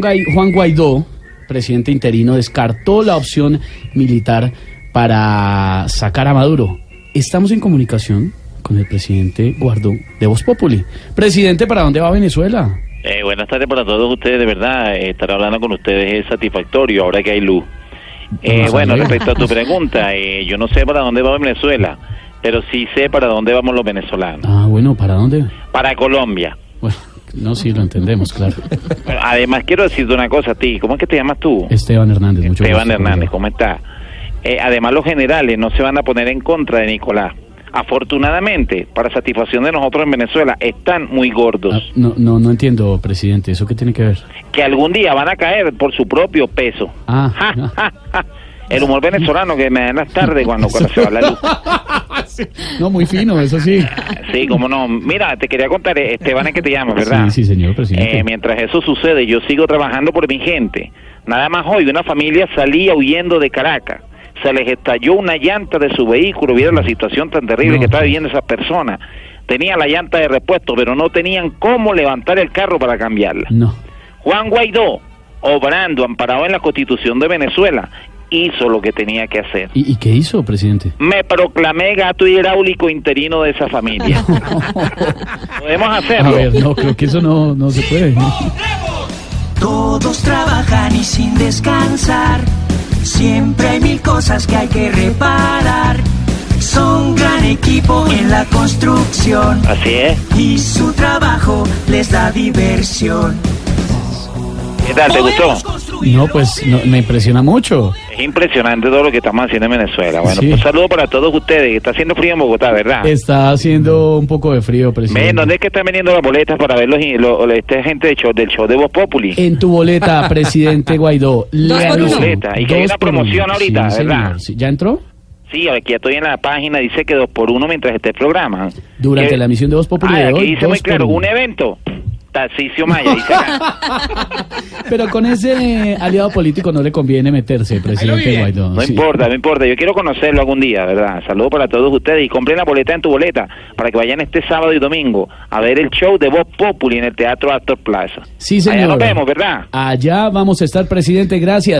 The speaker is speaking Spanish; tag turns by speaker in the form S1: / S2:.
S1: Juan Guaidó, presidente interino, descartó la opción militar para sacar a Maduro. Estamos en comunicación con el presidente Guardó de Voz Populi. Presidente, ¿para dónde va Venezuela?
S2: Eh, buenas tardes para todos ustedes, de verdad, estar hablando con ustedes es satisfactorio ahora que hay luz. Eh, bueno, respecto a tu pregunta, eh, yo no sé para dónde va Venezuela, pero sí sé para dónde vamos los venezolanos.
S1: Ah, bueno, ¿para dónde?
S2: Para Colombia.
S1: Bueno, no, sí, lo entendemos, claro.
S2: Bueno, Además, quiero decirte una cosa a ti, ¿cómo es que te llamas tú?
S1: Esteban Hernández, mucho
S2: Esteban
S1: gusto.
S2: Hernández, ¿cómo está? Eh, además, los generales no se van a poner en contra de Nicolás. Afortunadamente, para satisfacción de nosotros en Venezuela, están muy gordos.
S1: Ah, no, no, no entiendo, presidente, ¿eso qué tiene que ver?
S2: que algún día van a caer por su propio peso.
S1: Ah.
S2: Ja, ja, ja. El humor venezolano que me da en las tardes cuando, cuando se va la luz.
S1: No, muy fino, eso sí.
S2: Sí, cómo no. Mira, te quería contar, eh, Esteban es que te llama, ¿verdad?
S1: Sí, sí, señor presidente.
S2: Eh, mientras eso sucede, yo sigo trabajando por mi gente. Nada más hoy, una familia salía huyendo de Caracas. Se les estalló una llanta de su vehículo. Vieron la situación tan terrible
S1: No.
S2: que estaba viviendo esa persona. Tenía la llanta de repuesto, pero no tenían cómo levantar el carro para cambiarla.
S1: No.
S2: Juan Guaidó, obrando amparado en la Constitución de Venezuela, hizo lo que tenía que hacer.
S1: ¿Y, y qué hizo, presidente?
S2: Me proclamé gato hidráulico interino de esa familia. Podemos
S1: A
S2: hacerlo.
S1: ver, no, creo que eso no, no se puede. ¿no?
S3: Todos trabajan y sin descansar. Siempre hay mil cosas que hay que reparar. Son gran equipo en la construcción
S2: Así es.
S3: y su trabajo les da diversión.
S2: ¿Qué tal? ¿Te gustó?
S1: No, pues no- me impresiona mucho.
S2: Es impresionante todo lo que estamos haciendo en Venezuela. Bueno,
S1: Sí.
S2: un saludo para todos ustedes. Está haciendo frío en Bogotá, ¿verdad?
S1: Está haciendo un poco de frío, presidente.
S2: Ven, ¿dónde es que están vendiendo las boletas para ver los, los- esta este gente del show, del show de Voz Populi?
S1: En tu boleta, presidente Guaidó. le
S4: Dos por
S1: aviso.
S4: uno.
S2: Boleta, y que hay
S1: Dos
S2: una
S1: por uno.
S2: promoción ahorita,
S1: Sí,
S2: ¿verdad?
S1: señor. Sí, ¿Ya entró?
S2: Sí, aquí estoy en la página, dice que dos por uno mientras esté el programa.
S1: Durante
S2: Que-
S1: la emisión de Voz Populi
S2: Ah,
S1: de
S2: aquí
S1: hoy,
S2: dice muy
S1: dos por
S2: claro,
S1: uno.
S2: un evento. Tarcicio Maya, dice acá.
S1: Pero con ese aliado político no le conviene meterse, presidente Guaidó.
S2: No
S1: sí.
S2: importa, no importa. Yo quiero conocerlo algún día, ¿verdad? Saludos para todos ustedes y compren la boleta en tu boleta para que vayan este sábado y domingo a ver el show de Voz Populi en el Teatro Astor Plaza.
S1: Sí, señor.
S2: Allá nos vemos, ¿verdad?
S1: Allá vamos a estar, presidente. Gracias.